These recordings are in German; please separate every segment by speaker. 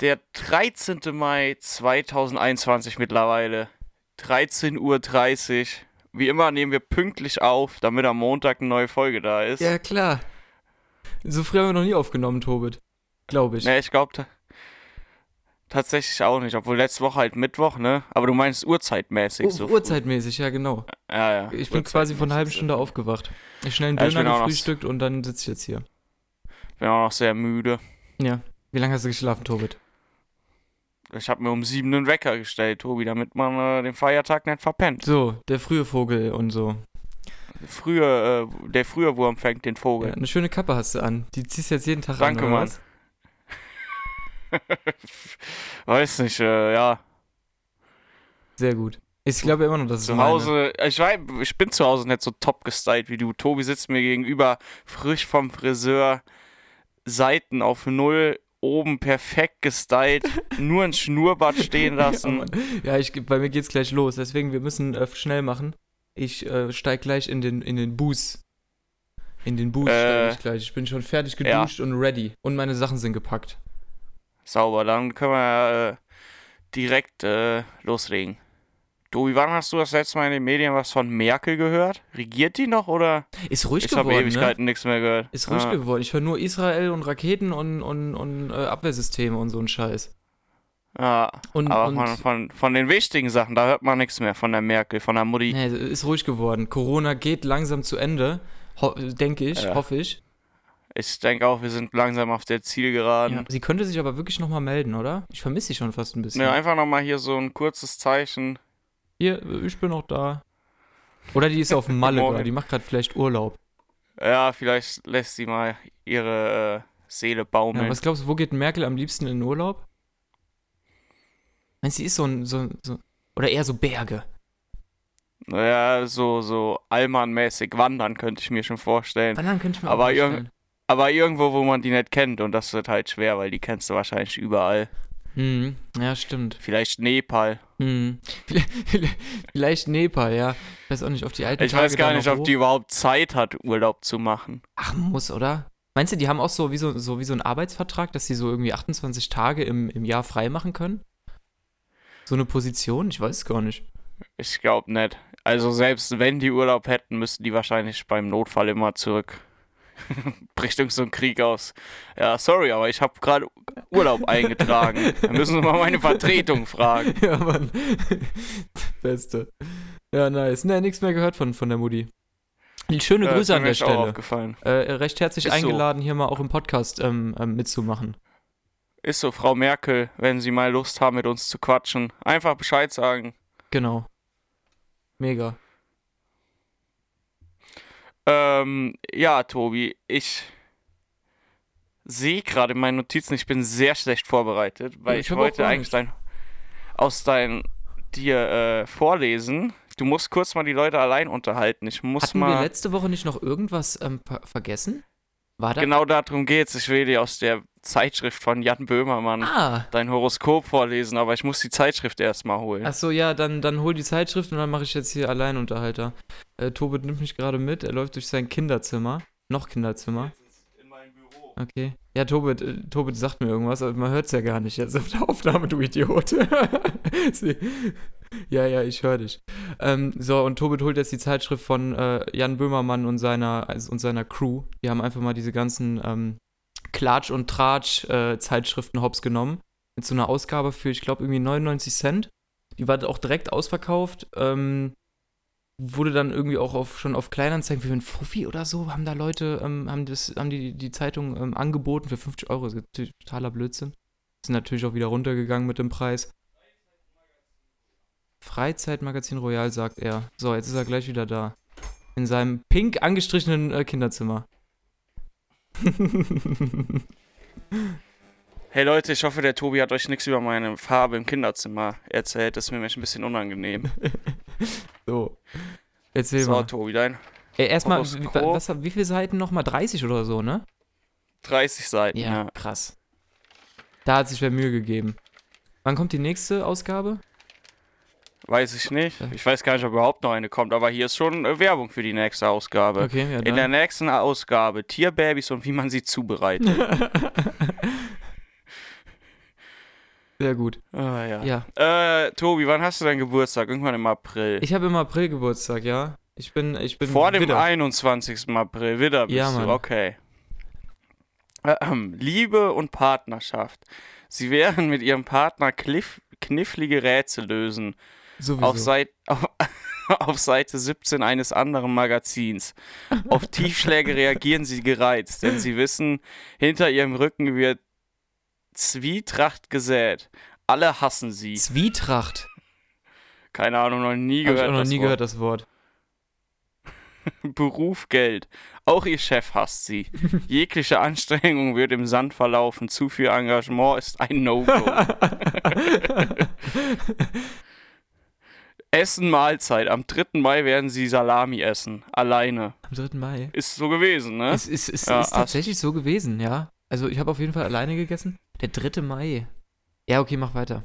Speaker 1: Der 13. Mai 2021 mittlerweile. 13.30 Uhr. Wie immer nehmen wir pünktlich auf, damit am Montag eine neue Folge da ist.
Speaker 2: Ja, klar. So früh haben wir noch nie aufgenommen, Tobit. Glaube ich.
Speaker 1: Ne, ich glaube tatsächlich auch nicht. Obwohl letzte Woche halt Mittwoch, ne? Aber du meinst urzeitmäßig
Speaker 2: Ur-
Speaker 1: so. früh.
Speaker 2: Uhrzeitmäßig, ja, genau.
Speaker 1: Ja, ja.
Speaker 2: Oh, Ich bin quasi von einer halben Stunde aufgewacht. Ich schnell einen
Speaker 1: Ja, ich
Speaker 2: Döner
Speaker 1: bin auch noch-
Speaker 2: gefrühstückt und dann sitze ich jetzt hier.
Speaker 1: Ich bin auch noch sehr müde.
Speaker 2: Ja. Wie lange hast du geschlafen, Tobit?
Speaker 1: Ich habe mir um sieben einen Wecker gestellt, Tobi, damit man äh, den Feiertag nicht verpennt.
Speaker 2: So, der frühe Vogel und so.
Speaker 1: Früher, äh, der frühe Wurm fängt den
Speaker 2: Ja,
Speaker 1: Vogel.
Speaker 2: eine schöne Kappe hast du an. Die ziehst du jetzt jeden Tag
Speaker 1: Danke,
Speaker 2: an.
Speaker 1: Mann. Weiß nicht, äh, ja.
Speaker 2: Sehr gut. Ich glaube immer noch, dass es
Speaker 1: Zu
Speaker 2: meine-
Speaker 1: Hause, ich, weiß, ich bin zu Hause nicht so top gestylt wie du. Tobi sitzt mir gegenüber, frisch vom Friseur, Seiten auf Null, oben perfekt gestylt, nur ein Schnurrbart stehen lassen.
Speaker 2: Ja, ich, bei mir geht's gleich los, deswegen wir müssen äh, schnell machen. Ich äh, steig gleich in den, in den Bus. In den
Speaker 1: Äh,
Speaker 2: Bus steig ich gleich. Ich bin schon fertig
Speaker 1: ja.
Speaker 2: geduscht und ready. Und meine Sachen sind gepackt.
Speaker 1: Sauber, dann können wir äh, direkt äh, loslegen. Tobi, wann hast du das letzte Mal in den Medien was von Merkel gehört? Regiert die noch oder?
Speaker 2: Ist ruhig
Speaker 1: Ich habe
Speaker 2: geworden, ne?
Speaker 1: Ewigkeiten nichts mehr gehört.
Speaker 2: Ist ruhig
Speaker 1: Ah.
Speaker 2: geworden. Ich höre nur Israel und Raketen und, und, und äh, Abwehrsysteme und so ein Scheiß.
Speaker 1: Ja,
Speaker 2: Und,
Speaker 1: aber
Speaker 2: und
Speaker 1: von, von, von den wichtigen Sachen, da hört man nichts mehr. Von der Merkel, von der Mutti.
Speaker 2: nee, ist ruhig geworden. Corona geht langsam zu Ende, ho denke ich,
Speaker 1: Ja.
Speaker 2: hoffe ich.
Speaker 1: Ich denke auch, wir sind langsam auf der
Speaker 2: Ja.
Speaker 1: Zielgeraden.
Speaker 2: Sie könnte sich aber wirklich nochmal melden, oder? Ich vermisse sie schon fast ein bisschen.
Speaker 1: Ne, einfach nochmal hier so ein kurzes Zeichen.
Speaker 2: Hier, ich bin noch da. Oder die ist auf Malle
Speaker 1: Morgen.
Speaker 2: gerade, die macht gerade vielleicht Urlaub.
Speaker 1: Ja, vielleicht lässt sie mal ihre äh, Seele
Speaker 2: Ja,
Speaker 1: baumeln.
Speaker 2: was glaubst du, wo geht Merkel am liebsten in Urlaub? Meinst du, sie ist so ein, so, so, oder eher so Berge?
Speaker 1: naja, so, so Allmann-mäßig wandern könnte ich mir schon vorstellen.
Speaker 2: Wandern könnte ich mir
Speaker 1: Aber
Speaker 2: auch
Speaker 1: irg-
Speaker 2: vorstellen.
Speaker 1: Aber irgendwo, wo man die nicht kennt. Und das wird halt schwer, weil die kennst du wahrscheinlich überall.
Speaker 2: Hm, ja, stimmt.
Speaker 1: Vielleicht Nepal.
Speaker 2: Hm. Vielleicht Nepal, ja. Ich weiß auch nicht, ob die alten
Speaker 1: Ich
Speaker 2: Tage
Speaker 1: weiß gar
Speaker 2: da
Speaker 1: nicht,
Speaker 2: noch
Speaker 1: ob
Speaker 2: hoch-
Speaker 1: die überhaupt Zeit hat, Urlaub zu machen.
Speaker 2: Ach, muss, oder? Meinst du, die haben auch so wie so, so, wie so einen Arbeitsvertrag, dass sie so irgendwie 28 Tage im, im Jahr frei machen können? So eine Position? Ich weiß es gar nicht.
Speaker 1: Ich glaube nicht. Also selbst wenn die Urlaub hätten, müssten die wahrscheinlich beim Notfall immer zurück. Bricht irgend so ein Krieg aus. Ja, sorry, aber ich habe gerade Urlaub eingetragen. Da müssen Sie mal meine Vertretung fragen.
Speaker 2: Ja, Mann. Beste. Ja, nice. Ne, nichts mehr gehört von, von der Mutti. Schöne
Speaker 1: Äh,
Speaker 2: Grüße
Speaker 1: ist
Speaker 2: an
Speaker 1: mir
Speaker 2: der
Speaker 1: echt Auch
Speaker 2: Stelle.
Speaker 1: aufgefallen.
Speaker 2: Äh, recht herzlich
Speaker 1: Ist so.
Speaker 2: eingeladen, hier mal auch im Podcast ähm, ähm, mitzumachen.
Speaker 1: Ist so, Frau Merkel, wenn Sie mal Lust haben, mit uns zu quatschen, einfach Bescheid sagen.
Speaker 2: Genau. Mega.
Speaker 1: Ähm, ja, Tobi, ich sehe gerade in meinen Notizen, ich bin sehr schlecht vorbereitet, weil
Speaker 2: Ja, ich
Speaker 1: ich,
Speaker 2: hab auch
Speaker 1: wollte
Speaker 2: gar
Speaker 1: eigentlich
Speaker 2: nicht.
Speaker 1: dein, aus dein dir äh, vorlesen. Du musst kurz mal die Leute allein unterhalten. Ich muss
Speaker 2: Hatten wir
Speaker 1: mal.
Speaker 2: letzte Woche nicht noch irgendwas ähm, ver- vergessen? War da?
Speaker 1: genau darum geht's. Ich will dir aus der Zeitschrift von Jan Böhmermann
Speaker 2: Ah,
Speaker 1: dein Horoskop vorlesen, aber ich muss die Zeitschrift erstmal holen.
Speaker 2: Ach so, ja, dann, dann hol die Zeitschrift und dann mache ich jetzt hier Alleinunterhalter. Äh, Tobit nimmt mich gerade mit, er läuft durch sein Kinderzimmer. Noch Kinderzimmer. Okay. Ja, Tobit, äh, Tobit sagt mir irgendwas, aber man hört es ja gar nicht jetzt auf der Aufnahme, du Idiot. Sie- ja, ja, ich höre dich. Ähm, so, und Tobit holt jetzt die Zeitschrift von äh, Jan Böhmermann und seiner, also- und seiner Crew. Die haben einfach mal diese ganzen ähm, Klatsch- und Tratsch-Zeitschriften hops genommen. Mit so einer Ausgabe für, ich glaube, irgendwie 99 Cent. Die war auch direkt ausverkauft. Ähm, wurde dann irgendwie auch auf, schon auf Kleinanzeigen für einen Fuffi oder so, haben da Leute, ähm, haben, das, haben die, die Zeitung ähm, angeboten für 50 Euro. Das ist natürlich totaler Blödsinn. Sind natürlich auch wieder runtergegangen mit dem Preis. Freizeitmagazin Royal, sagt er. So, jetzt ist er gleich wieder da. In seinem pink angestrichenen äh, Kinderzimmer.
Speaker 1: Hey Leute, ich hoffe, der Tobi hat euch nichts über meine Farbe im Kinderzimmer erzählt. Das ist mir nämlich ein bisschen unangenehm.
Speaker 2: so. Erzähl
Speaker 1: So,
Speaker 2: mal.
Speaker 1: Tobi, dein
Speaker 2: Ey, erstmal, wie,
Speaker 1: Horoskop.
Speaker 2: was, wie viele Seiten nochmal? 30 oder so, ne?
Speaker 1: 30 Seiten.
Speaker 2: Ja,
Speaker 1: ja.
Speaker 2: krass. Da hat sich wer Mühe gegeben. Wann kommt die nächste Ausgabe?
Speaker 1: Weiß ich nicht. Ich weiß gar nicht, ob überhaupt noch eine kommt, aber hier ist schon äh, Werbung für die nächste Ausgabe.
Speaker 2: Okay, ja,
Speaker 1: In der
Speaker 2: dann.
Speaker 1: nächsten Ausgabe Tierbabys und wie man sie zubereitet.
Speaker 2: Sehr gut.
Speaker 1: Ah, ja.
Speaker 2: Ja.
Speaker 1: Äh, Tobi, wann hast du deinen Geburtstag? Irgendwann im April.
Speaker 2: Ich habe im April Geburtstag, ja. Ich bin, ich bin.
Speaker 1: Vor dem
Speaker 2: Widder.
Speaker 1: 21. April, wieder bist
Speaker 2: Ja, Mann.
Speaker 1: du, okay. Ahem. Liebe und Partnerschaft. Sie werden mit ihrem Partner kliff, knifflige Rätsel lösen.
Speaker 2: Sowieso.
Speaker 1: Auf, Seit, auf, auf Seite 17 eines anderen Magazins. Auf Tiefschläge reagieren sie gereizt, denn sie wissen, hinter ihrem Rücken wird Zwietracht gesät. Alle hassen sie.
Speaker 2: Zwietracht.
Speaker 1: Keine Ahnung, noch nie
Speaker 2: Habe ich
Speaker 1: gehört.
Speaker 2: auch noch
Speaker 1: das
Speaker 2: nie
Speaker 1: Wort.
Speaker 2: gehört, das Wort.
Speaker 1: Beruf Geld. Auch ihr Chef hasst sie. Jegliche Anstrengung wird im Sand verlaufen. Zu viel Engagement ist ein No-Go. Essen Mahlzeit. Am 3. Mai werden sie Salami essen. Alleine.
Speaker 2: Am 3. Mai.
Speaker 1: Ist so gewesen, ne?
Speaker 2: Es ist, ist,
Speaker 1: Ja,
Speaker 2: ist
Speaker 1: hast-
Speaker 2: tatsächlich so gewesen, ja. Also ich habe auf jeden Fall alleine gegessen. Der 3. Mai. Ja, okay, mach weiter.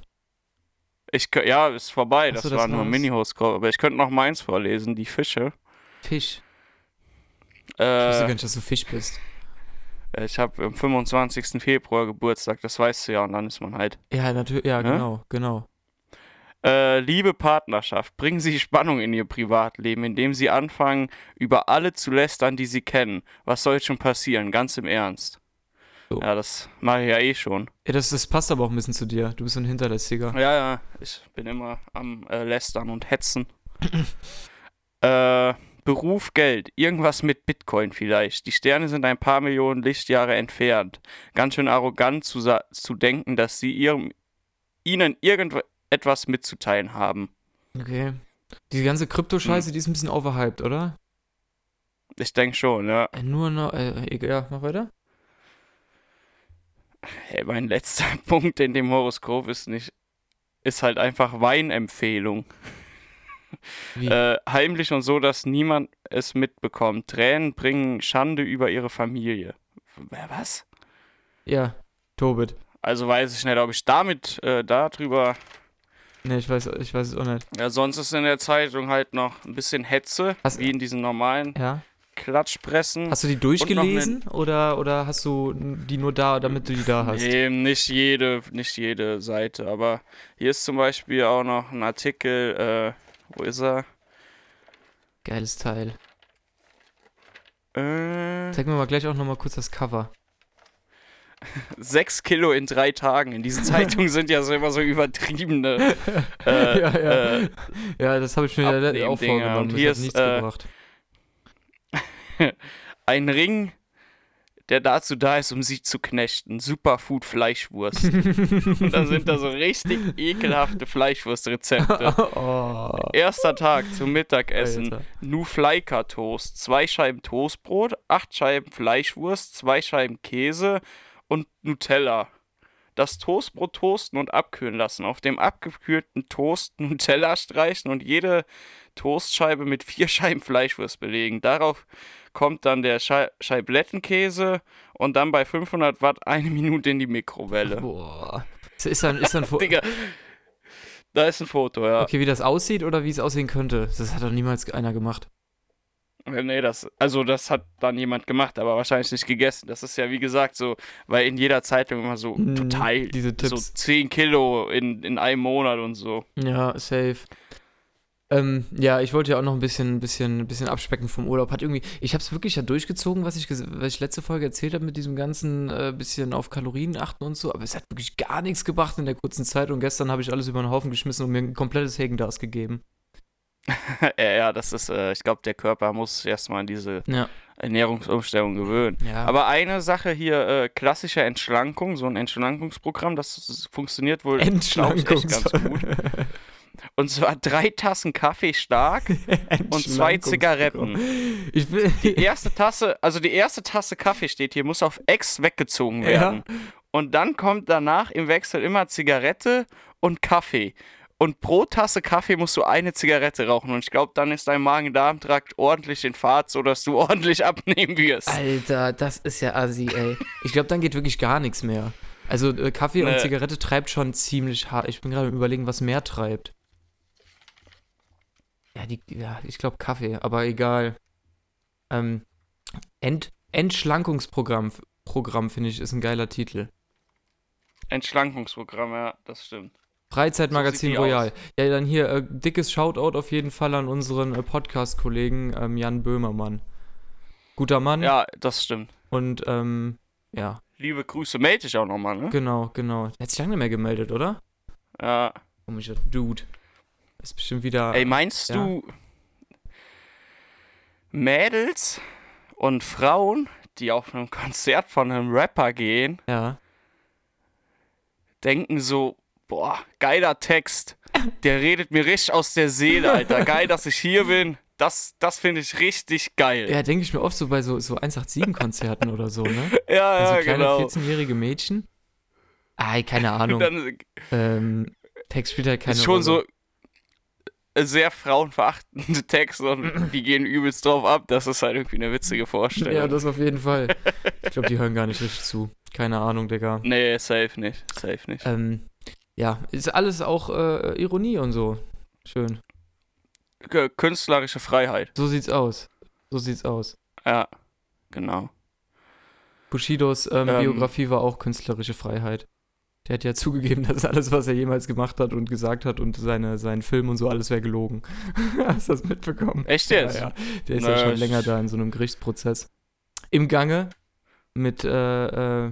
Speaker 1: Ich, kö- ja, ist vorbei.
Speaker 2: Ach
Speaker 1: Das,
Speaker 2: so, das
Speaker 1: war nur
Speaker 2: war's.
Speaker 1: Mini-Horoskop. Aber ich könnte noch meins vorlesen. Die Fische.
Speaker 2: Fisch. Ich wusste
Speaker 1: Äh,
Speaker 2: gar nicht, dass du Fisch bist.
Speaker 1: ich habe am 25. Februar Geburtstag. Das weißt du ja. Und dann ist man halt.
Speaker 2: Ja, natürlich. Ja,
Speaker 1: Hä?
Speaker 2: genau, genau.
Speaker 1: Äh, liebe Partnerschaft, bringen Sie Spannung in Ihr Privatleben, indem Sie anfangen, über alle zu lästern, die Sie kennen. Was soll schon passieren? Ganz im Ernst.
Speaker 2: So.
Speaker 1: Ja, das mache ich ja eh schon.
Speaker 2: Ja, das, das passt aber auch ein bisschen zu dir. Du bist so ein Hinterlässiger.
Speaker 1: Ja, ja, ich bin immer am äh, Lästern und Hetzen. äh, Beruf, Geld, irgendwas mit Bitcoin vielleicht. Die Sterne sind ein paar Millionen Lichtjahre entfernt. Ganz schön arrogant zu, sa- zu denken, dass Sie ihrem, Ihnen irgendetwas mitzuteilen haben.
Speaker 2: Okay. Die ganze Krypto-Scheiße,
Speaker 1: Hm.
Speaker 2: die ist ein bisschen overhyped, oder?
Speaker 1: Ich denke schon, ne? ja.
Speaker 2: Äh, Nur noch. Äh, egal, ja, mach weiter.
Speaker 1: Hey, mein letzter Punkt in dem Horoskop ist nicht, ist halt einfach Weinempfehlung.
Speaker 2: Wie?
Speaker 1: Äh, heimlich und so, dass niemand es mitbekommt. Tränen bringen Schande über ihre Familie. Wer was?
Speaker 2: Ja, Tobit.
Speaker 1: Also weiß ich nicht, ob ich damit äh, darüber.
Speaker 2: Ne, ich weiß, ich weiß es auch nicht.
Speaker 1: Ja, sonst ist in der Zeitung halt noch ein bisschen Hetze,
Speaker 2: Hast-
Speaker 1: wie in diesen normalen
Speaker 2: Ja.
Speaker 1: Klatschpressen.
Speaker 2: Hast du die durchgelesen oder, oder hast du die nur da, damit du die da hast?
Speaker 1: Nee, nicht jede, nicht jede Seite, aber hier ist zum Beispiel auch noch ein Artikel, äh, wo ist er?
Speaker 2: Geiles Teil.
Speaker 1: Äh,
Speaker 2: Zeig mir mal gleich auch nochmal kurz das Cover.
Speaker 1: sechs Kilo in drei Tagen. In diesen Zeitungen sind ja so immer so übertriebene. Äh,
Speaker 2: ja, ja.
Speaker 1: äh,
Speaker 2: ja, das habe ich mir
Speaker 1: Abnehmen-Dinger.
Speaker 2: ja auch vorgenommen.
Speaker 1: Und
Speaker 2: das
Speaker 1: hier
Speaker 2: hat
Speaker 1: ist,
Speaker 2: nichts
Speaker 1: äh,
Speaker 2: gebracht.
Speaker 1: ein Ring, der dazu da ist, um sie zu knechten. Superfood Fleischwurst. Und da sind da so richtig ekelhafte Fleischwurstrezepte.
Speaker 2: oh,
Speaker 1: Erster Tag zum Mittagessen.
Speaker 2: Alter.
Speaker 1: Nufleika Toast. Zwei Scheiben Toastbrot, acht Scheiben Fleischwurst, zwei Scheiben Käse und Nutella. Das Toastbrot toasten und abkühlen lassen. Auf dem abgekühlten Toast Nutella streichen und jede Toastscheibe mit vier Scheiben Fleischwurst belegen. Darauf kommt dann der Schei Scheiblettenkäse und dann bei 500 Watt eine Minute in die Mikrowelle.
Speaker 2: Boah. Ist- Ist dann, ist dann vor,
Speaker 1: Digga, da ist ein Foto, ja.
Speaker 2: okay, wie das aussieht oder wie es aussehen könnte? Das hat doch niemals einer gemacht.
Speaker 1: Ja, Nee, das, also das hat dann jemand gemacht, aber wahrscheinlich nicht gegessen. Das ist ja wie gesagt so, weil in jeder Zeitung immer so
Speaker 2: Mm,
Speaker 1: total
Speaker 2: diese
Speaker 1: so
Speaker 2: Tipps.
Speaker 1: 10 Kilo in, in einem Monat und so.
Speaker 2: Ja, safe. Ähm, ja, ich wollte ja auch noch ein bisschen, bisschen, bisschen abspecken vom Urlaub. Hat irgendwie, ich habe es wirklich ja durchgezogen, was ich, ges- was ich letzte Folge erzählt habe mit diesem ganzen äh, bisschen auf Kalorien achten und so. Aber es hat wirklich gar nichts gebracht in der kurzen Zeit. Und gestern habe ich alles über den Haufen geschmissen und mir ein komplettes Hägendas gegeben.
Speaker 1: ja, ja, das ist, äh, ich glaube, der Körper muss sich erstmal an diese
Speaker 2: Ja.
Speaker 1: Ernährungsumstellung gewöhnen.
Speaker 2: Ja.
Speaker 1: Aber eine Sache hier, äh, klassische Entschlankung, so ein Entschlankungsprogramm, das, das funktioniert wohl glaub ich, echt ganz gut. Und zwar drei Tassen Kaffee stark und zwei Zigaretten.
Speaker 2: Ich will.
Speaker 1: Die erste Tasse, also die erste Tasse Kaffee steht hier, muss auf Ex weggezogen
Speaker 2: Ja.
Speaker 1: werden. Und dann kommt danach im Wechsel immer Zigarette und Kaffee. Und pro Tasse Kaffee musst du eine Zigarette rauchen. Und ich glaube, dann ist dein Magen-Darm-Trakt ordentlich in Fahrt, sodass du ordentlich abnehmen wirst.
Speaker 2: Alter, das ist ja assi, ey. Ich glaube, dann geht wirklich gar nichts mehr. Also äh, Kaffee und
Speaker 1: Nee.
Speaker 2: Zigarette treibt schon ziemlich hart. Ich bin gerade im Überlegen, was mehr treibt. Ja, die, ja ich glaube Kaffee, aber egal. Ähm, Ent, Entschlankungsprogramm Programm, finde ich, ist ein geiler Titel.
Speaker 1: Entschlankungsprogramm, ja, das stimmt.
Speaker 2: Freizeitmagazin
Speaker 1: So sieht die
Speaker 2: Royal. Ja, dann hier äh, dickes Shoutout auf jeden Fall an unseren äh, Podcast-Kollegen ähm, Jan Böhmermann. Guter Mann
Speaker 1: Ja, das stimmt.
Speaker 2: und ähm, ja,
Speaker 1: Liebe Grüße, melde dich auch nochmal, ne?
Speaker 2: genau, genau. Der hat sich lange nicht mehr gemeldet, oder?
Speaker 1: Ja.
Speaker 2: Komischer Dude. Ist bestimmt wieder.
Speaker 1: Ey, meinst
Speaker 2: Ja.
Speaker 1: du Mädels und Frauen, die auf einem Konzert von einem Rapper gehen,
Speaker 2: ja.
Speaker 1: denken so, boah, geiler Text. Der redet mir richtig aus der Seele, Alter. Geil, dass ich hier bin. Das, das finde ich richtig geil.
Speaker 2: Ja, denke ich mir oft so bei so, so 187-Konzerten oder so, ne?
Speaker 1: Ja, ja,
Speaker 2: so kleine
Speaker 1: genau.
Speaker 2: 14-jährige Mädchen. Ah, keine Ahnung.
Speaker 1: Dann
Speaker 2: ähm, Text spielt halt keine
Speaker 1: ist schon
Speaker 2: Rolle.
Speaker 1: so sehr frauenverachtende Texte und die gehen übelst drauf ab. Das ist halt irgendwie eine witzige Vorstellung.
Speaker 2: Ja, das auf jeden Fall. Ich glaube, die hören gar nicht richtig zu. Keine Ahnung, Digga.
Speaker 1: nee, safe nicht. Safe nicht.
Speaker 2: Ähm, ja, ist alles auch äh, Ironie und so. Schön.
Speaker 1: K- Künstlerische Freiheit.
Speaker 2: So sieht's aus. So sieht's aus.
Speaker 1: Ja, genau.
Speaker 2: Bushidos ähm,
Speaker 1: Ähm.
Speaker 2: Biografie war auch künstlerische Freiheit. Der hat ja zugegeben, dass alles, was er jemals gemacht hat und gesagt hat und seine, seinen Film und so, alles wäre gelogen. Hast du das mitbekommen?
Speaker 1: Echt jetzt?
Speaker 2: Ja, ja. Der ist
Speaker 1: Na,
Speaker 2: ja schon
Speaker 1: ich-
Speaker 2: länger da in so einem Gerichtsprozess. Im Gange mit, äh, äh,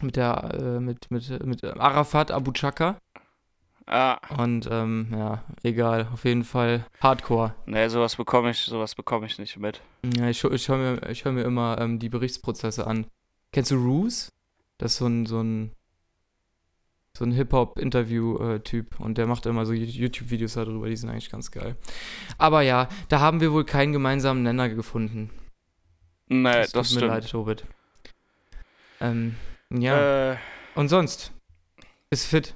Speaker 2: mit, der, äh, mit, mit, mit Arafat Abu Chaka.
Speaker 1: Ah,
Speaker 2: Und ähm, ja, egal, auf jeden Fall Hardcore.
Speaker 1: nee, sowas bekomme ich, sowas bekomme ich nicht mit.
Speaker 2: Ja, ich, hö- ich höre mir, ich hör mir immer ähm, die Berichtsprozesse an. Kennst du Ruse? Das ist so ein, so ein, so ein Hip-Hop-Interview-Typ und der macht immer so Yo- YouTube-Videos darüber, die sind eigentlich ganz geil. Aber ja, da haben wir wohl keinen gemeinsamen Nenner gefunden.
Speaker 1: Nee,
Speaker 2: Es
Speaker 1: Äh, das,
Speaker 2: tut mir
Speaker 1: stimmt.
Speaker 2: leid, Tobit. Ähm, ja,
Speaker 1: Äh,
Speaker 2: und sonst? Bist fit?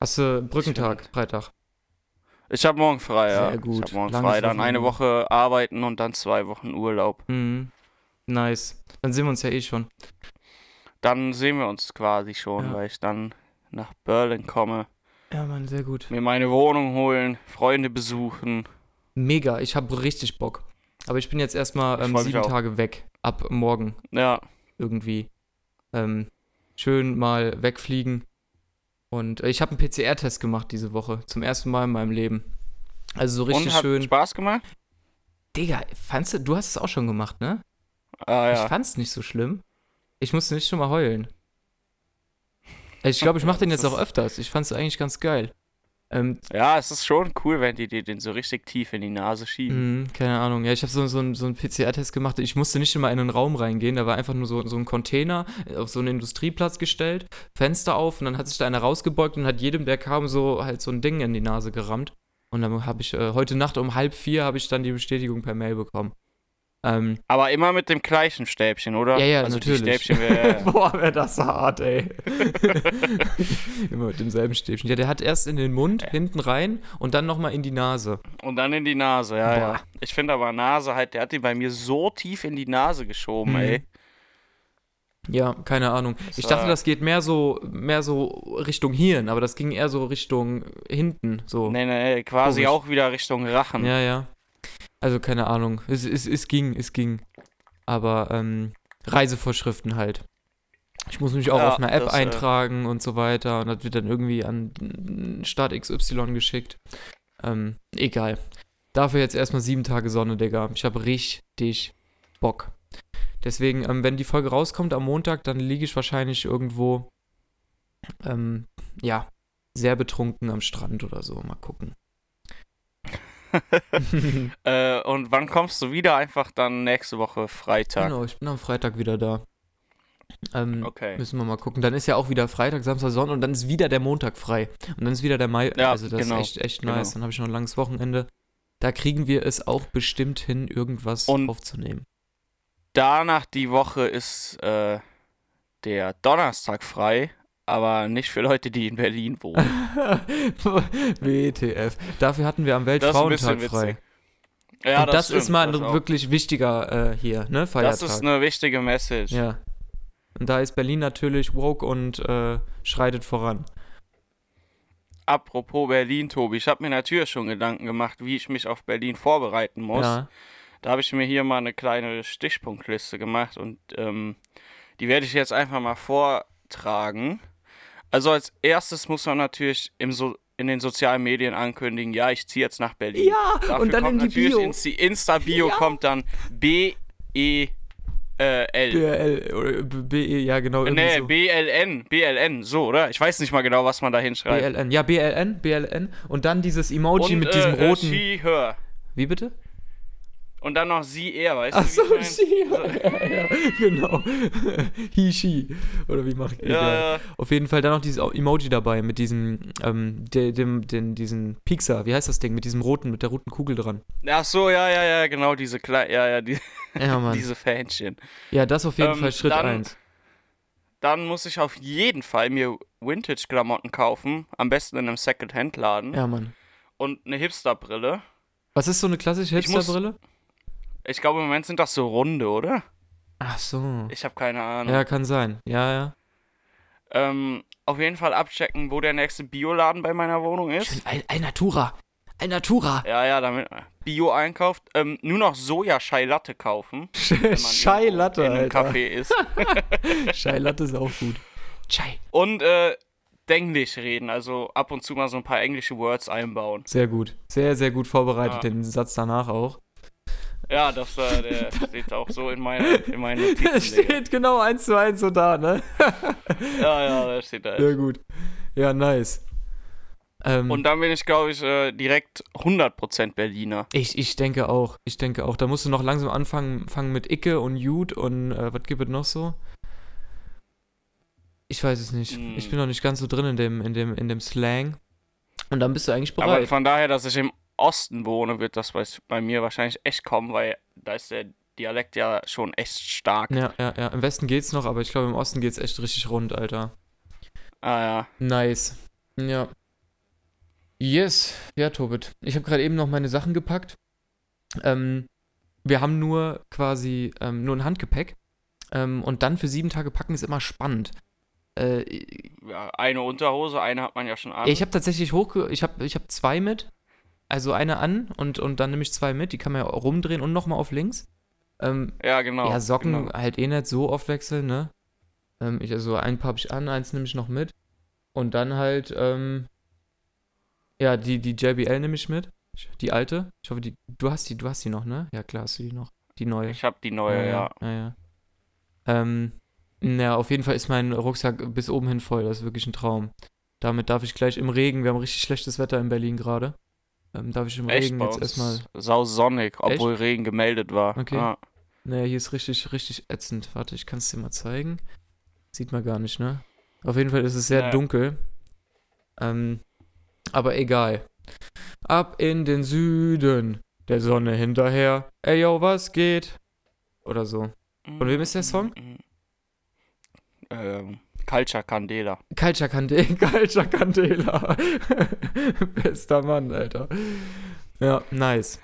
Speaker 2: Hast du Brückentag, Freitag?
Speaker 1: ich habe morgen frei, ja.
Speaker 2: Sehr gut.
Speaker 1: Ich habe morgen
Speaker 2: Langes
Speaker 1: frei, dann eine Woche arbeiten und dann zwei Wochen Urlaub.
Speaker 2: Mhm. Nice. Dann sehen wir uns ja eh schon.
Speaker 1: Dann sehen wir uns quasi schon,
Speaker 2: Ja.
Speaker 1: weil ich dann nach Berlin komme,
Speaker 2: Ja, Mann, sehr gut.
Speaker 1: mir meine Wohnung holen, Freunde besuchen.
Speaker 2: Mega, ich habe richtig Bock. Aber ich bin jetzt erstmal
Speaker 1: Ich
Speaker 2: ähm,
Speaker 1: freu mich
Speaker 2: sieben
Speaker 1: auch.
Speaker 2: Tage weg. Ab morgen
Speaker 1: Ja,
Speaker 2: irgendwie. Ähm, schön mal wegfliegen. Und äh, ich habe einen PCR-Test gemacht diese Woche. Zum ersten Mal in meinem Leben. Also so richtig
Speaker 1: und hat
Speaker 2: schön.
Speaker 1: Spaß gemacht?
Speaker 2: Digga, fandst du, du hast es auch schon gemacht, ne?
Speaker 1: Ah
Speaker 2: Ich
Speaker 1: ja.
Speaker 2: fand's nicht so schlimm. Ich musste nicht schon mal heulen. Ich glaube, ich mache den
Speaker 1: Das
Speaker 2: jetzt auch
Speaker 1: ist-
Speaker 2: öfters. Ich fand's eigentlich ganz geil. Ähm,
Speaker 1: Ja, es ist schon cool, wenn die dir den so richtig tief in die Nase schieben.
Speaker 2: Mhm, keine Ahnung. Ja, ich habe so, so, einen- so einen PCR-Test gemacht. Ich musste nicht immer in einen Raum reingehen. Da war einfach nur so, so ein Container äh, auf so einen Industrieplatz gestellt, Fenster auf und dann hat sich da einer rausgebeugt und hat jedem, der kam, so halt so ein Ding in die Nase gerammt. Und dann habe ich äh, heute Nacht um halb vier habe ich dann die Bestätigung per Mail bekommen. Ähm,
Speaker 1: Aber immer mit dem gleichen Stäbchen, oder?
Speaker 2: Ja, ja,
Speaker 1: also
Speaker 2: natürlich.
Speaker 1: die Stäbchen wär- ja, ja.
Speaker 2: Boah, wäre das hart, ey. Immer mit demselben Stäbchen. Ja, der hat erst in den Mund, hinten rein und dann nochmal in die Nase.
Speaker 1: Und dann in die Nase, ja,
Speaker 2: Boah.
Speaker 1: ja. Ich finde aber Nase halt, der hat die bei mir so tief in die Nase geschoben,
Speaker 2: Mhm.
Speaker 1: ey.
Speaker 2: Ja, keine Ahnung. Ich dachte,
Speaker 1: war-
Speaker 2: das geht mehr so, mehr so Richtung Hirn, aber das ging eher so Richtung hinten. So.
Speaker 1: Nee, nee, nee, quasi
Speaker 2: Komisch.
Speaker 1: auch wieder Richtung Rachen.
Speaker 2: Ja, ja. Also keine Ahnung. Es, es, es ging, es ging. Aber ähm, Reisevorschriften halt. Ich muss mich auch
Speaker 1: Ja,
Speaker 2: auf einer App
Speaker 1: das, äh,
Speaker 2: eintragen und so weiter. Und das wird dann irgendwie an Staat XY geschickt. Ähm, egal. Dafür jetzt erstmal sieben Tage Sonne, Digga. Ich habe richtig Bock. Deswegen, ähm, wenn die Folge rauskommt am Montag, dann liege ich wahrscheinlich irgendwo, ähm, ja, sehr betrunken am Strand oder so. Mal gucken.
Speaker 1: Äh, und wann kommst du wieder? Einfach dann nächste Woche Freitag.
Speaker 2: Genau, ich bin am Freitag wieder da. Ähm,
Speaker 1: Okay.
Speaker 2: Müssen wir mal gucken. Dann ist ja auch wieder Freitag, Samstag, Sonntag und dann ist wieder der Montag frei. Und dann ist wieder der Mai.
Speaker 1: Ja,
Speaker 2: also das
Speaker 1: genau,
Speaker 2: ist echt, echt
Speaker 1: genau.
Speaker 2: nice. Dann habe ich noch ein langes Wochenende. Da kriegen wir es auch bestimmt hin, irgendwas
Speaker 1: Und-
Speaker 2: aufzunehmen.
Speaker 1: Danach die Woche ist äh, der Donnerstag frei, aber nicht für Leute, die in Berlin wohnen.
Speaker 2: WTF. Dafür hatten wir am
Speaker 1: Das ist ein bisschen
Speaker 2: Weltfrauentag
Speaker 1: witzig.
Speaker 2: frei.
Speaker 1: Ja,
Speaker 2: und das,
Speaker 1: stimmt,
Speaker 2: ist mal ein
Speaker 1: das auch.
Speaker 2: wirklich wichtiger äh, hier, ne? Feiertag.
Speaker 1: Das ist eine wichtige Message.
Speaker 2: ja. Und da ist Berlin natürlich woke und äh, schreitet voran.
Speaker 1: Apropos Berlin, Tobi, ich habe mir natürlich schon Gedanken gemacht, wie ich mich auf Berlin vorbereiten muss.
Speaker 2: Ja.
Speaker 1: Da habe ich mir hier mal eine kleine Stichpunktliste gemacht und ähm, die werde ich jetzt einfach mal tragen. Also als erstes muss man natürlich im so in den sozialen Medien ankündigen, ja, ich ziehe jetzt nach Berlin.
Speaker 2: Ja, und dann
Speaker 1: kommt
Speaker 2: in die
Speaker 1: natürlich
Speaker 2: Bio.
Speaker 1: ins die Insta-Bio
Speaker 2: Ja.
Speaker 1: kommt dann E B-E-L. Äh,
Speaker 2: BRL E oder B- BE, ja genau. irgendwie
Speaker 1: nee, E
Speaker 2: so.
Speaker 1: BLN, BLN, so, oder? Ich weiß nicht mal genau, was man da hinschreibt.
Speaker 2: BLN. Ja, BLN, BLN. E Und dann dieses Emoji
Speaker 1: und,
Speaker 2: mit diesem
Speaker 1: äh,
Speaker 2: roten.
Speaker 1: Äh, she, her.
Speaker 2: Wie bitte?
Speaker 1: Und dann noch sie, er, weißt du?
Speaker 2: Ach
Speaker 1: wie
Speaker 2: so,
Speaker 1: ich mein?
Speaker 2: she. Ja, ja, genau. He, she. Oder wie macht ihr
Speaker 1: Ja, ja.
Speaker 2: Auf jeden Fall dann noch dieses Emoji dabei mit diesem, ähm, de, dem, den, diesen Pixar, wie heißt das Ding? Mit diesem roten, mit der roten Kugel dran.
Speaker 1: Ach so, ja, ja, ja, genau, diese Kle ja, ja, die,
Speaker 2: Ja, Mann.
Speaker 1: diese Fähnchen.
Speaker 2: ja, das auf jeden
Speaker 1: Ähm,
Speaker 2: Fall Schritt
Speaker 1: dann-
Speaker 2: 1.
Speaker 1: Dann muss ich auf jeden Fall mir Vintage-Klamotten kaufen, am besten in einem Second-Hand-Laden
Speaker 2: Ja, Mann.
Speaker 1: und eine Hipster-Brille.
Speaker 2: Was ist so eine klassische
Speaker 1: Ich muss-
Speaker 2: Hipsterbrille?
Speaker 1: Ich glaube, im Moment sind das so runde, oder?
Speaker 2: Ach so.
Speaker 1: Ich habe keine Ahnung.
Speaker 2: Ja, kann sein. Ja, ja.
Speaker 1: Ähm, auf jeden Fall abchecken, wo der nächste Bioladen bei meiner Wohnung ist.
Speaker 2: Ein, ein Natura. Ein Natura.
Speaker 1: Ja, ja, damit Bio einkauft. Ähm, nur noch sojaschei latte kaufen. wenn man
Speaker 2: Chai
Speaker 1: irgendwo
Speaker 2: Latte,
Speaker 1: in einem
Speaker 2: Alter.
Speaker 1: Café ist.
Speaker 2: Chai Latte ist auch gut. Chai.
Speaker 1: Und äh, Englisch reden, also ab und zu mal so ein paar englische Words einbauen.
Speaker 2: Sehr gut. Sehr, sehr gut vorbereitet,
Speaker 1: Ja.
Speaker 2: den Satz danach auch.
Speaker 1: Ja, das äh, der steht auch so in meiner in meinen Notizen.
Speaker 2: Es
Speaker 1: Digga.
Speaker 2: steht genau eins zu eins so da, ne?
Speaker 1: Ja, ja, das steht da.
Speaker 2: Sehr gut. Ja, nice. Ähm,
Speaker 1: Und dann bin ich, glaube ich, äh, direkt 100% Berliner.
Speaker 2: ich, ich denke auch. Ich denke auch. Da musst du noch langsam anfangen fangen mit Icke und Jude und äh, was gibt es noch so? Ich weiß es nicht.
Speaker 1: Hm.
Speaker 2: Ich bin noch nicht ganz so drin in dem, in dem, in dem Slang. Und dann bist du eigentlich
Speaker 1: Aber
Speaker 2: bereit.
Speaker 1: von daher, dass ich im Osten wohne, wird das bei, bei mir wahrscheinlich echt kommen, weil da ist der Dialekt ja schon echt stark.
Speaker 2: Ja, ja, ja. Im Westen geht's noch, aber ich glaube, im Osten geht's echt richtig rund, Alter.
Speaker 1: Ah ja.
Speaker 2: Nice. Ja. Yes. Ja, Tobit. Ich habe gerade eben noch meine Sachen gepackt. Ähm, wir haben nur quasi ähm, nur ein Handgepäck. Ähm, und dann für sieben Tage packen ist immer spannend. Äh,
Speaker 1: ja. Eine Unterhose, eine hat man ja schon an.
Speaker 2: ich habe tatsächlich hoch, ich habe ich hab zwei mit. Also eine an und, und dann nehme ich zwei mit. Die kann man ja rumdrehen und nochmal auf links. Ähm,
Speaker 1: ja, genau.
Speaker 2: ja, Socken
Speaker 1: Genau.
Speaker 2: halt eh nicht so oft wechseln, ne? Ähm, ich, also ein paar hab ich an, eins nehme ich noch mit. Und dann halt, ähm, ja, die, die JBL nehme ich mit. Die alte. Ich hoffe, die, du hast die, du hast die noch, ne? Ja, klar, hast du die noch. Die neue.
Speaker 1: Ich habe die neue, ja.
Speaker 2: ja. ja, ja. Ähm, naja, auf jeden Fall ist mein Rucksack bis oben hin voll. Das ist wirklich ein Traum. Damit darf ich gleich im Regen, wir haben richtig schlechtes Wetter in Berlin gerade. Ähm, darf ich im
Speaker 1: Echt
Speaker 2: Regen
Speaker 1: bei
Speaker 2: jetzt
Speaker 1: uns
Speaker 2: erstmal
Speaker 1: Sausonnig, obwohl Regen gemeldet war.
Speaker 2: Okay.
Speaker 1: Ja.
Speaker 2: Naja, hier ist richtig, richtig ätzend. Warte, ich kann es dir mal zeigen. Sieht man gar nicht, ne? Auf jeden Fall ist es sehr
Speaker 1: Ja.
Speaker 2: dunkel. Ähm, aber egal. Ab in den Süden. Der Sonne hinterher. Ey, yo, was geht? Oder so. Von wem ist der Song?
Speaker 1: Hm. Ähm, Culture Candela.
Speaker 2: Kalcha Candela. Kalcha Candela. Bester Mann, Alter. Ja, nice.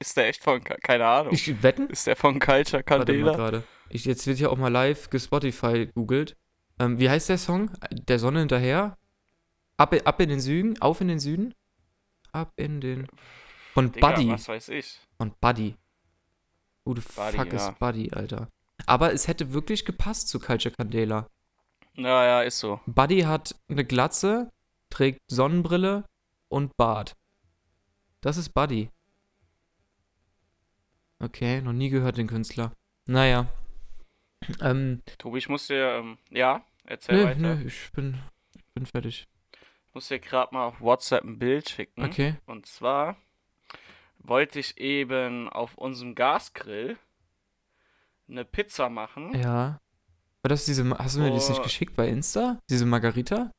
Speaker 1: ist der echt von, Ka- keine Ahnung.
Speaker 2: Ich wetten?
Speaker 1: Ist der von Culture
Speaker 2: Warte mal
Speaker 1: Candela?
Speaker 2: gerade. Ich, jetzt wird hier auch mal live gespotify googelt. Ähm, wie heißt der Song? Der Sonne hinterher? Ab, in- ab in den Süden? Auf in den Süden? Ab in den. Von
Speaker 1: Digga,
Speaker 2: Buddy.
Speaker 1: was weiß ich.
Speaker 2: Von Buddy. Who the
Speaker 1: Buddy,
Speaker 2: fuck
Speaker 1: ja.
Speaker 2: ist Buddy, Alter? Aber es hätte wirklich gepasst zu Culture Candela.
Speaker 1: Naja, ist so.
Speaker 2: Buddy hat eine Glatze, trägt Sonnenbrille und Bart. Das ist Buddy. Okay, noch nie gehört den Künstler. Naja. Ähm,
Speaker 1: Tobi, ich muss dir, ähm, ja, erzähl
Speaker 2: nö,
Speaker 1: weiter.
Speaker 2: nö, ich bin, bin fertig.
Speaker 1: muss dir gerade mal auf WhatsApp ein Bild schicken.
Speaker 2: Okay.
Speaker 1: Und zwar wollte ich eben auf unserem Gasgrill eine Pizza machen.
Speaker 2: Ja. War das diese, Ma- hast du mir das nicht
Speaker 1: Oh.
Speaker 2: geschickt bei Insta? Diese Margarita?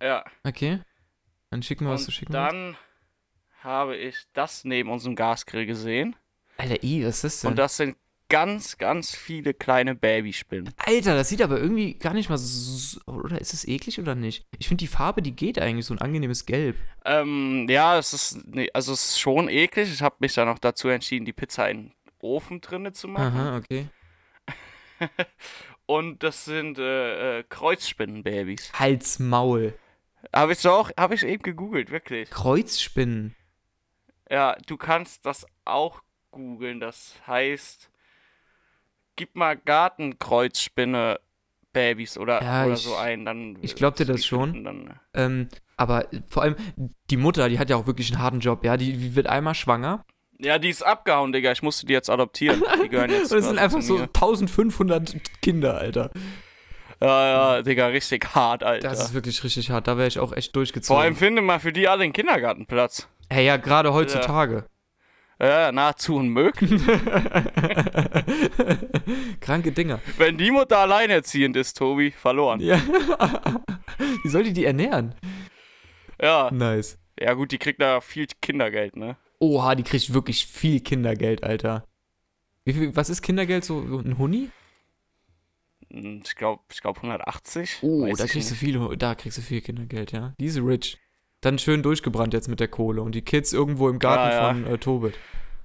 Speaker 1: Ja.
Speaker 2: Okay. Dann schick mir, was du
Speaker 1: Und
Speaker 2: schicken willst.
Speaker 1: dann habe ich das neben unserem Gasgrill gesehen.
Speaker 2: Alter, i, was ist das denn?
Speaker 1: Und das sind ganz, ganz viele kleine Babyspinnen.
Speaker 2: Alter, das sieht aber irgendwie gar nicht mal so, oder ist es eklig oder nicht? Ich finde die Farbe, die geht eigentlich, so ein angenehmes Gelb.
Speaker 1: Ähm, ja, es ist, nee, also es ist schon eklig. Ich habe mich dann auch dazu entschieden, die Pizza in den Ofen drinne zu machen.
Speaker 2: Aha, okay.
Speaker 1: Und das sind äh, äh, Kreuzspinnenbabys.
Speaker 2: Halsmaul.
Speaker 1: Habe ich auch, habe ich eben gegoogelt, wirklich.
Speaker 2: Kreuzspinnen.
Speaker 1: Ja, du kannst das auch googeln. Das heißt, gib mal Gartenkreuzspinne Babys oder,
Speaker 2: Ja,
Speaker 1: oder
Speaker 2: ich-
Speaker 1: so ein, dann.
Speaker 2: ich glaub
Speaker 1: wirst
Speaker 2: dir
Speaker 1: du
Speaker 2: das
Speaker 1: die
Speaker 2: schon.
Speaker 1: finden, Dann, äh,
Speaker 2: Ähm, aber vor allem, die Mutter, die hat ja auch wirklich einen harten Job, ja. Die, die wird einmal schwanger
Speaker 1: ja, die ist abgehauen, Digga. Ich musste die jetzt adoptieren. Die gehören
Speaker 2: und
Speaker 1: jetzt.
Speaker 2: es sind
Speaker 1: quasi
Speaker 2: einfach
Speaker 1: zu
Speaker 2: so
Speaker 1: mir.
Speaker 2: 1500 Kinder, Alter.
Speaker 1: Ja, ja, Digga, richtig hart, Alter.
Speaker 2: Das ist wirklich richtig hart. Da wäre ich auch echt durchgezogen.
Speaker 1: Vor allem finde mal für die alle einen Kindergartenplatz.
Speaker 2: hey, ja, gerade heutzutage.
Speaker 1: Ja, nahezu unmöglich.
Speaker 2: Kranke Dinger.
Speaker 1: Wenn die Mutter alleinerziehend ist, Tobi, verloren.
Speaker 2: Ja. Wie soll die die ernähren?
Speaker 1: Ja,
Speaker 2: Nice.
Speaker 1: ja gut, die kriegt da viel Kindergeld, ne?
Speaker 2: Oha, die kriegt wirklich viel Kindergeld, Alter. Wie viel, was ist Kindergeld? So so ein Huni?
Speaker 1: Hm, Ich glaube, ich glaub 180.
Speaker 2: Oh,
Speaker 1: Hm, Weiß
Speaker 2: da
Speaker 1: ich
Speaker 2: kriegst, du
Speaker 1: nicht.
Speaker 2: viel, Hu- da kriegst du viel Kindergeld, ja. Die ist rich. Dann schön durchgebrannt jetzt mit der Kohle und die Kids irgendwo im Garten
Speaker 1: Ja, ja.
Speaker 2: von äh, Tobit.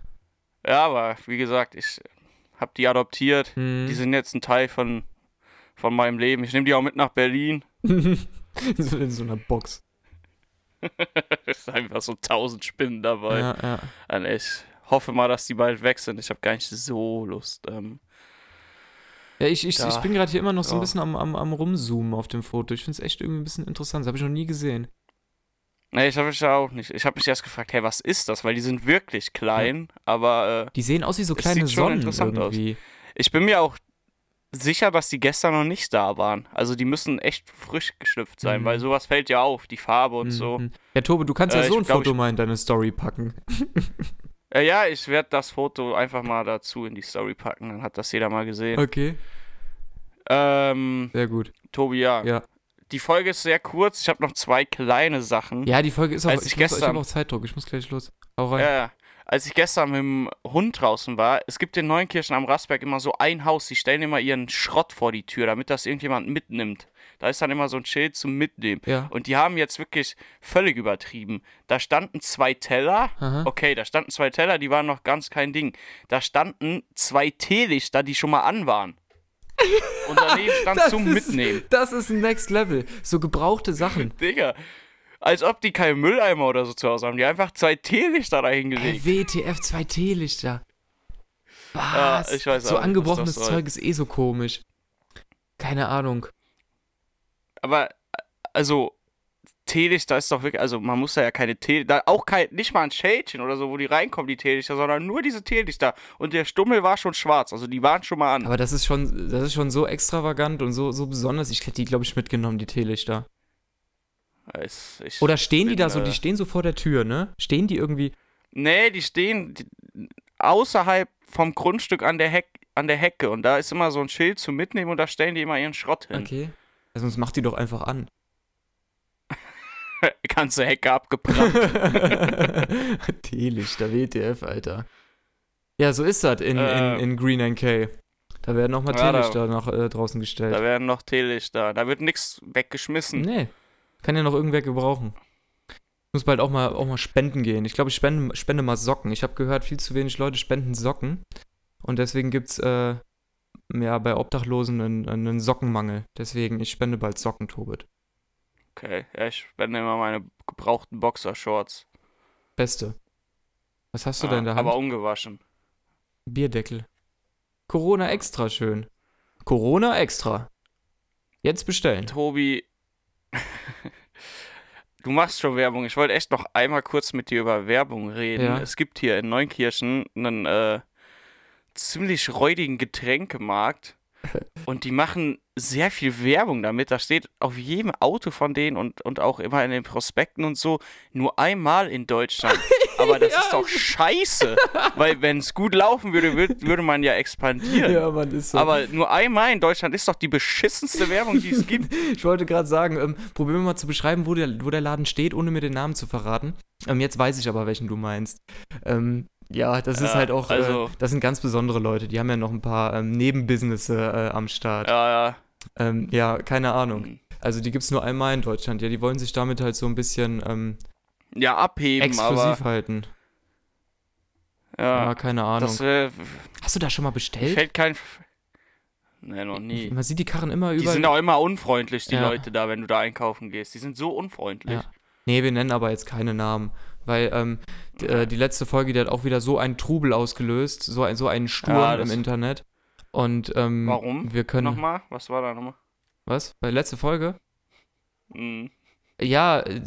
Speaker 1: Ja, aber wie gesagt, ich habe die adoptiert.
Speaker 2: Hm.
Speaker 1: Die sind jetzt ein Teil von, von meinem Leben. Ich nehme die auch mit nach Berlin.
Speaker 2: so in so einer Box.
Speaker 1: Es sind einfach so tausend Spinnen dabei.
Speaker 2: Ja, ja.
Speaker 1: Und ich hoffe mal, dass die bald weg sind. Ich habe gar nicht so Lust. Ähm,
Speaker 2: Ja, ich, ich,
Speaker 1: Da.
Speaker 2: ich bin gerade hier immer noch so ein
Speaker 1: Ja.
Speaker 2: bisschen am, am, am Rumzoomen auf dem Foto. Ich finde es echt irgendwie ein bisschen interessant. Das habe ich noch nie gesehen.
Speaker 1: nee, ich habe mich ja auch nicht. Ich habe mich erst gefragt, hey, was ist das? Weil die sind wirklich klein. Aber äh,
Speaker 2: Die sehen aus wie so
Speaker 1: Es
Speaker 2: kleine
Speaker 1: sieht schon
Speaker 2: Sonnen
Speaker 1: interessant aus.
Speaker 2: irgendwie.
Speaker 1: ich bin mir auch sicher, dass die gestern noch nicht da waren. Also die müssen echt frisch geschlüpft sein,
Speaker 2: Mhm.
Speaker 1: weil sowas fällt ja auf, die Farbe und so.
Speaker 2: Mhm. Ja, Tobe, du kannst ja
Speaker 1: Äh,
Speaker 2: so
Speaker 1: ich
Speaker 2: ein
Speaker 1: glaub,
Speaker 2: Foto mal in deine Story packen.
Speaker 1: Äh, ja, ich werde das Foto einfach mal dazu in die Story packen, dann hat das jeder mal gesehen.
Speaker 2: Okay,
Speaker 1: Ähm,
Speaker 2: sehr gut.
Speaker 1: Tobi, ja.
Speaker 2: Ja.
Speaker 1: Die Folge ist sehr kurz, ich habe noch zwei kleine Sachen.
Speaker 2: Ja, die Folge ist auch.
Speaker 1: Als ich
Speaker 2: ich muss- ich
Speaker 1: gestern-
Speaker 2: habe auch Zeitdruck, ich muss gleich los. Hau rein.
Speaker 1: Ja, ja. Als ich gestern mit dem Hund draußen war, es gibt in Neunkirchen am Rastberg immer so ein Haus, die stellen immer ihren Schrott vor die Tür, damit das irgendjemand mitnimmt. Da ist dann immer so ein Schild zum Mitnehmen.
Speaker 2: Ja.
Speaker 1: Und die haben jetzt wirklich völlig übertrieben. Da standen zwei Teller.
Speaker 2: Aha.
Speaker 1: Okay, da standen zwei Teller, die waren noch ganz kein Ding. Da standen zwei Teelichter, die schon mal an waren. Und daneben stand zum Mitnehmen.
Speaker 2: Das ist ein Next Level. So gebrauchte Sachen.
Speaker 1: Digga. Als ob die keinen Mülleimer oder so zu Hause haben. Die haben einfach zwei Teelichter da hingelegt.
Speaker 2: WTF 2 Teelichter.
Speaker 1: Ja,
Speaker 2: Was?
Speaker 1: ich weiß
Speaker 2: so
Speaker 1: auch nicht, was
Speaker 2: angebrochenes
Speaker 1: das soll.
Speaker 2: Zeug ist eh so komisch. Keine Ahnung.
Speaker 1: aber äh, also Teelichter ist doch wirklich, also man muss da ja keine Teelichter, auch kein, nicht mal ein Schälchen oder so, wo die reinkommen, die Teelichter, sondern nur diese Teelichter. Und der Stummel war schon schwarz, also die waren schon mal an.
Speaker 2: Aber das ist schon, das ist schon so extravagant und so, so besonders. Ich hätte die, glaube ich, mitgenommen, die Teelichter.
Speaker 1: Es- ich
Speaker 2: Oder stehen die
Speaker 1: bin,
Speaker 2: da so, die
Speaker 1: äh,
Speaker 2: stehen so vor der Tür, ne? Stehen die irgendwie.
Speaker 1: Nee, die stehen die, außerhalb vom Grundstück an der, Heck, an der Hecke und da ist immer so ein Schild zum Mitnehmen und da stellen die immer ihren Schrott hin.
Speaker 2: Okay. Ja, sonst macht die doch einfach an.
Speaker 1: Ganze Hecke abgebrannt.
Speaker 2: Teelichter, WTF, Alter. Ja, so ist das in,
Speaker 1: Äh.
Speaker 2: in, in Green NK. Da werden auch mal
Speaker 1: Ja, da-
Speaker 2: Teelichter nach äh, draußen gestellt.
Speaker 1: da werden noch Teelichter, da wird nichts weggeschmissen.
Speaker 2: Nee. Kann ja noch irgendwer gebrauchen. Ich muss bald auch mal, auch mal spenden gehen. Ich glaube, ich spende, spende mal Socken. Ich habe gehört, viel zu wenig Leute spenden Socken. Und deswegen gibt es äh, ja, bei Obdachlosen einen, einen Sockenmangel. Deswegen, ich spende bald Socken, Tobit.
Speaker 1: Okay, ja, ich spende immer meine gebrauchten Boxershorts.
Speaker 2: Beste. Was hast du
Speaker 1: Ja,
Speaker 2: denn da?
Speaker 1: Ah, aber ungewaschen.
Speaker 2: Bierdeckel. Corona extra schön. Corona extra. Jetzt bestellen.
Speaker 1: Tobi, du machst schon Werbung. Ich wollte echt noch einmal kurz mit dir über Werbung reden.
Speaker 2: Ja.
Speaker 1: Es gibt hier in Neunkirchen einen äh, ziemlich räudigen Getränkemarkt und die machen sehr viel Werbung damit. Da steht auf jedem Auto von denen und, und auch immer in den Prospekten und so nur einmal in Deutschland. Aber das ist doch scheiße, weil wenn es gut laufen würde, würd, würde man ja expandieren.
Speaker 2: man ist
Speaker 1: Aber nur einmal in Deutschland ist doch die beschissenste Werbung, die es gibt.
Speaker 2: Ich wollte gerade sagen, ähm, probieren wir mal zu beschreiben, wo der, wo der Laden steht, ohne mir den Namen zu verraten. Ähm, jetzt weiß ich aber, welchen du meinst. Ähm, ja, das ist
Speaker 1: Ja,
Speaker 2: halt auch, äh,
Speaker 1: also-
Speaker 2: das sind ganz besondere Leute. Die haben ja noch ein paar ähm, Nebenbusinesse äh, am Start. Ja.
Speaker 1: Ja, ja.
Speaker 2: Ähm, ja, keine Ahnung.
Speaker 1: Mhm.
Speaker 2: Also die gibt es nur einmal in Deutschland. Ja, die wollen sich damit halt so ein bisschen ähm,
Speaker 1: Ja, abheben,
Speaker 2: exklusiv halten.
Speaker 1: aber.
Speaker 2: Ja,
Speaker 1: Ja,
Speaker 2: keine Ahnung.
Speaker 1: das äh,
Speaker 2: Hast du da schon mal bestellt?
Speaker 1: fällt kein. Ne, noch nie.
Speaker 2: Man sieht die Karren immer
Speaker 1: Die
Speaker 2: überall.
Speaker 1: sind auch immer unfreundlich, die
Speaker 2: Ja.
Speaker 1: Leute da, wenn du da einkaufen gehst. Die sind so unfreundlich.
Speaker 2: Ja. Nee, wir nennen aber jetzt keine Namen, weil ähm, d- äh, die letzte Folge, die hat auch wieder so einen Trubel ausgelöst, so, ein, so einen Sturm
Speaker 1: Ja,
Speaker 2: im
Speaker 1: das-
Speaker 2: Internet. Und ähm,
Speaker 1: Warum?
Speaker 2: wir können.
Speaker 1: Nochmal? Was war da nochmal?
Speaker 2: Was? Bei letzte Folge?
Speaker 1: Mhm.
Speaker 2: Ja, äh,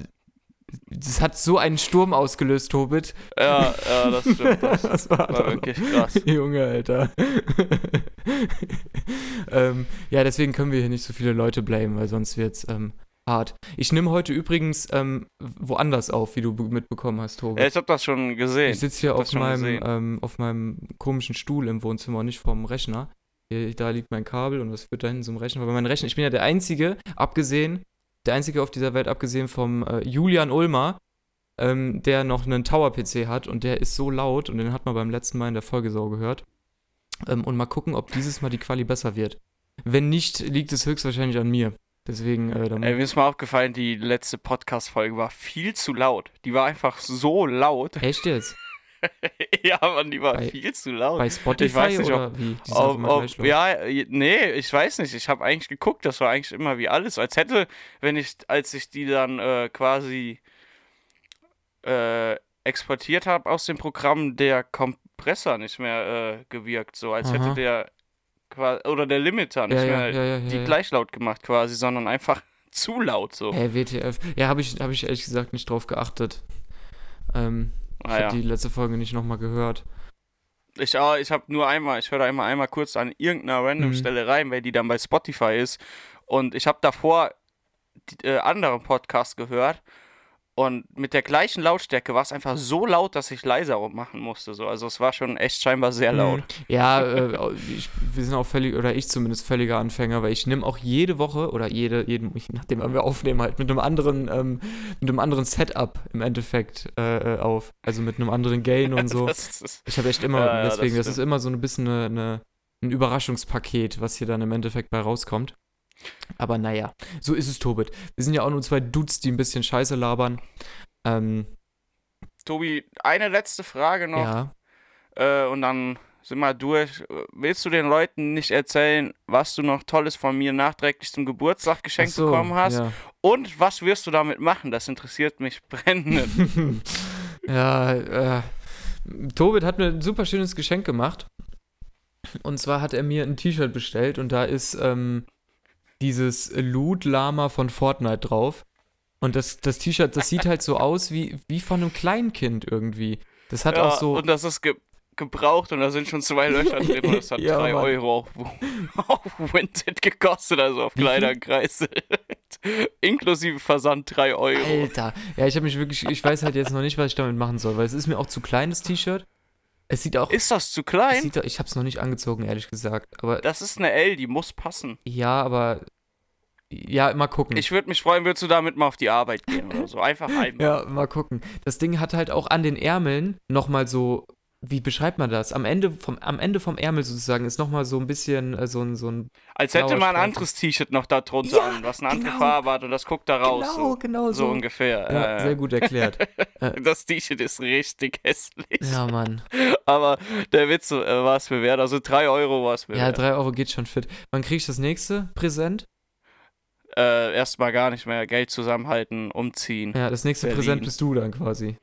Speaker 2: das hat so einen Sturm ausgelöst, Tobit.
Speaker 1: Ja, ja, das stimmt. Das
Speaker 2: Das war,
Speaker 1: war
Speaker 2: doch-
Speaker 1: wirklich krass.
Speaker 2: Junge, Alter. ähm, ja, deswegen können wir hier nicht so viele Leute blamen, weil sonst wird's ähm, hart. Ich nehme heute übrigens ähm, woanders auf, wie du be- mitbekommen hast,
Speaker 1: Ja,
Speaker 2: Tobi.
Speaker 1: ich hab das schon
Speaker 2: ich
Speaker 1: gesehen.
Speaker 2: sitze hier
Speaker 1: hab
Speaker 2: auf
Speaker 1: das schon
Speaker 2: meinem,
Speaker 1: gesehen.
Speaker 2: ähm, auf meinem komischen Stuhl im Wohnzimmer und nicht vorm Rechner. Hier, da liegt mein Kabel und das führt dahin zum Rechner. Weil mein Rechner, ich bin ja der Einzige, abgesehen, der Einzige auf dieser Welt, abgesehen vom äh, Julian Ulmer, ähm, der noch einen Tower-PC hat und der ist so laut und den hat man beim letzten Mal in der Folge so gehört. Ähm, und mal gucken, ob dieses Mal die Quali besser wird. Wenn nicht, liegt es höchstwahrscheinlich an mir. Deswegen, äh, da
Speaker 1: Ey, mir ist mal aufgefallen, die letzte Podcast-Folge war viel zu laut. Die war einfach so laut.
Speaker 2: Echt jetzt?
Speaker 1: ja, Mann, die war
Speaker 2: Bei-
Speaker 1: viel zu laut.
Speaker 2: Bei Spotify
Speaker 1: weiß nicht,
Speaker 2: oder wie? Die sind
Speaker 1: Ob-
Speaker 2: einfach mal
Speaker 1: ob-
Speaker 2: gleich laut.
Speaker 1: ja, nee, ich weiß nicht. Ich habe eigentlich geguckt, das war eigentlich immer wie alles. Als hätte, wenn ich, als ich die dann äh, quasi äh, exportiert habe aus dem Programm, der Kompressor nicht mehr äh, gewirkt. So, als
Speaker 2: Aha.
Speaker 1: hätte der qua- oder der Limiter nicht
Speaker 2: ja, ja,
Speaker 1: mehr
Speaker 2: ja, ja, ja,
Speaker 1: die
Speaker 2: ja.
Speaker 1: gleich laut gemacht quasi, sondern einfach zu laut so.
Speaker 2: Hey, WTF. Ja, habe ich, hab ich ehrlich gesagt nicht drauf geachtet. Ähm, ich
Speaker 1: Naja.
Speaker 2: habe die letzte Folge nicht nochmal gehört.
Speaker 1: Ich, ah, ich habe nur einmal, ich höre da immer einmal kurz an irgendeiner random
Speaker 2: Mhm.
Speaker 1: Stelle rein, weil die dann bei Spotify ist. Und ich habe davor die, äh, anderen Podcast gehört. Und mit der gleichen Lautstärke war es einfach so laut, dass ich leiser machen musste. So. Also es war schon echt scheinbar sehr laut.
Speaker 2: Mhm. Ja, äh, ich, wir sind auch völlig, oder ich zumindest völliger Anfänger, weil ich nehme auch jede Woche oder jede, jeden, nachdem wann wir aufnehmen, halt mit einem anderen, ähm, mit einem anderen Setup im Endeffekt äh, äh, auf. Also mit einem anderen Gain und so.
Speaker 1: Das ist,
Speaker 2: Ich habe echt immer,
Speaker 1: Ja, ja, das
Speaker 2: deswegen, das, ist
Speaker 1: stimmt.
Speaker 2: immer so ein bisschen eine, eine, ein Überraschungspaket, was hier dann im Endeffekt bei rauskommt. Aber naja, so ist es, Tobit. Wir sind ja auch nur zwei Dudes, die ein bisschen Scheiße labern. Ähm,
Speaker 1: Tobi, eine letzte Frage noch.
Speaker 2: ja.
Speaker 1: äh, und dann sind wir durch. Willst du den Leuten nicht erzählen, was du noch Tolles von mir nachträglich zum Geburtstag
Speaker 2: Ach
Speaker 1: geschenkt
Speaker 2: so,
Speaker 1: bekommen hast?
Speaker 2: Ja.
Speaker 1: Und was wirst du damit machen? Das interessiert mich brennend.
Speaker 2: ja, äh, Tobit hat mir ein super schönes Geschenk gemacht. Und zwar hat er mir ein T-Shirt bestellt und da ist ähm, dieses Loot Lama von Fortnite drauf. Und das, das T-Shirt, das sieht halt so aus wie, wie von einem Kleinkind irgendwie. Das hat
Speaker 1: ja,
Speaker 2: auch so.
Speaker 1: Und das ist ge gebraucht und da sind schon zwei Löcher drin und das hat
Speaker 2: Ja,
Speaker 1: 3
Speaker 2: Mann.
Speaker 1: Euro auf, auf Winted gekostet, also auf
Speaker 2: Wie viel?
Speaker 1: Kleiderkreise. Inklusive Versand 3 Euro.
Speaker 2: Alter. Ja, ich habe mich wirklich. Ich weiß halt jetzt noch nicht, was ich damit machen soll, weil es ist mir auch zu klein, das T-Shirt. Es sieht auch.
Speaker 1: Ist das zu
Speaker 2: es
Speaker 1: klein?
Speaker 2: sieht, auch- ich habe es noch nicht angezogen, ehrlich gesagt. Aber
Speaker 1: Das ist eine L, die muss passen.
Speaker 2: ja, aber. Ja, mal gucken.
Speaker 1: Ich würde mich freuen, würdest du damit mal auf die Arbeit gehen oder so. Einfach einmal.
Speaker 2: Ja, mal gucken. Das Ding hat halt auch an den Ärmeln nochmal so, wie beschreibt man das? Am Ende vom, am Ende vom Ärmel sozusagen ist nochmal so ein bisschen äh, so ein, so ein
Speaker 1: Als hätte
Speaker 2: Blauer
Speaker 1: man ein
Speaker 2: Streifen.
Speaker 1: anderes T-Shirt noch da drunter
Speaker 2: Ja,
Speaker 1: an, was eine andere
Speaker 2: genau.
Speaker 1: Farbe hat und das guckt da raus. so.
Speaker 2: genau
Speaker 1: so ungefähr.
Speaker 2: Ja,
Speaker 1: äh,
Speaker 2: sehr gut erklärt.
Speaker 1: Das T-Shirt ist richtig hässlich.
Speaker 2: ja, Mann.
Speaker 1: Aber der Witz äh, war es mir wert. Also 3 Euro war es mir
Speaker 2: Ja,
Speaker 1: wert.
Speaker 2: 3 Euro geht schon fit. Wann krieg ich das nächste Präsent?
Speaker 1: Äh, Erstmal gar nicht mehr Geld zusammenhalten, umziehen.
Speaker 2: Ja, das nächste
Speaker 1: Berlin.
Speaker 2: Präsent bist du dann quasi.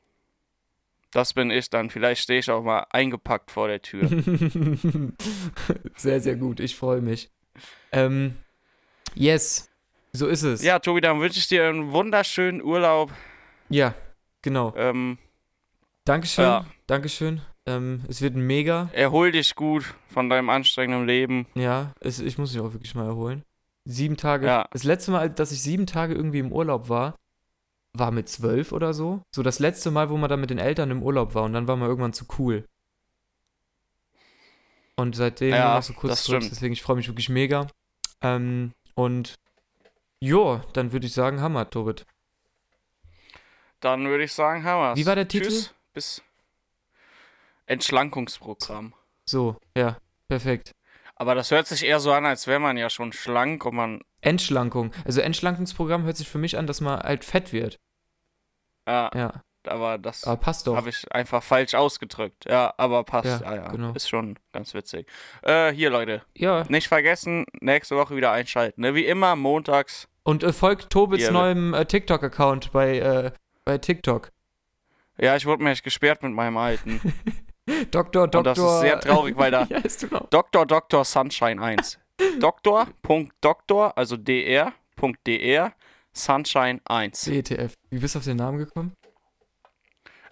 Speaker 1: Das bin ich dann. Vielleicht stehe ich auch mal eingepackt vor der Tür.
Speaker 2: sehr, sehr gut. Ich freue mich. Ähm, yes. So ist es.
Speaker 1: ja, Tobi, dann wünsche ich dir einen wunderschönen Urlaub.
Speaker 2: ja genau.
Speaker 1: Ähm,
Speaker 2: Dankeschön.
Speaker 1: Ja.
Speaker 2: Dankeschön. Ähm, es wird mega.
Speaker 1: erhol dich gut von deinem anstrengenden Leben.
Speaker 2: Ja, es, ich muss mich auch wirklich mal erholen. Sieben Tage.
Speaker 1: Ja.
Speaker 2: Das letzte Mal, dass ich sieben Tage irgendwie im Urlaub war, war mit zwölf oder so. So das letzte Mal, wo man dann mit den Eltern im Urlaub war und dann war man irgendwann zu cool. Und seitdem
Speaker 1: Ja,
Speaker 2: nur noch so kurz
Speaker 1: das
Speaker 2: zurück,
Speaker 1: stimmt.
Speaker 2: deswegen ich freue mich wirklich mega. Ähm, und jo, dann würde ich sagen, Hammer, Tobit.
Speaker 1: Dann würde ich sagen, Hammers.
Speaker 2: Wie war der Titel?
Speaker 1: Tschüss, bis Entschlankungsprogramm.
Speaker 2: So, ja, perfekt.
Speaker 1: Aber das hört sich eher so an, als wäre man ja schon schlank und man.
Speaker 2: Entschlankung. Also Entschlankungsprogramm hört sich für mich an, dass man halt fett wird.
Speaker 1: Ja,
Speaker 2: Ja,
Speaker 1: äh, aber das.
Speaker 2: aber passt doch.
Speaker 1: Habe ich einfach falsch ausgedrückt. Ja, aber passt.
Speaker 2: Ja,
Speaker 1: Ja, ah, ja.
Speaker 2: genau.
Speaker 1: Ist schon ganz witzig. Äh, hier, Leute.
Speaker 2: Ja,
Speaker 1: Nicht vergessen, nächste Woche wieder einschalten. Ne? Wie immer, montags.
Speaker 2: Und äh, folgt Tobits
Speaker 1: Ehre.
Speaker 2: neuem äh, TikTok-Account bei, äh, bei TikTok.
Speaker 1: Ja, ich wurde mir echt gesperrt mit meinem alten.
Speaker 2: Dr. Dr.
Speaker 1: Und das ist sehr traurig, weil da
Speaker 2: ja, ist genau.
Speaker 1: Dr. Dr. Sunshine 1. Doktor, Punkt Doktor, also dr, Punkt dr, Sunshine 1.
Speaker 2: WTF. E Wie bist du auf den Namen gekommen?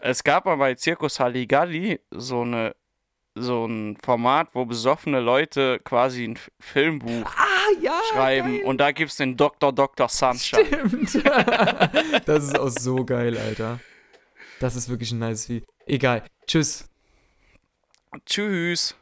Speaker 1: Es gab mal bei Circus Halligalli so eine so ein Format, wo besoffene Leute quasi ein F- Filmbuch
Speaker 2: Ah, ja!
Speaker 1: schreiben und da gibt es den Dr. Dr. Sunshine.
Speaker 2: Stimmt. das ist auch so geil, Alter. Das ist wirklich ein nice Video. Egal. Tschüss.
Speaker 1: Tschüss.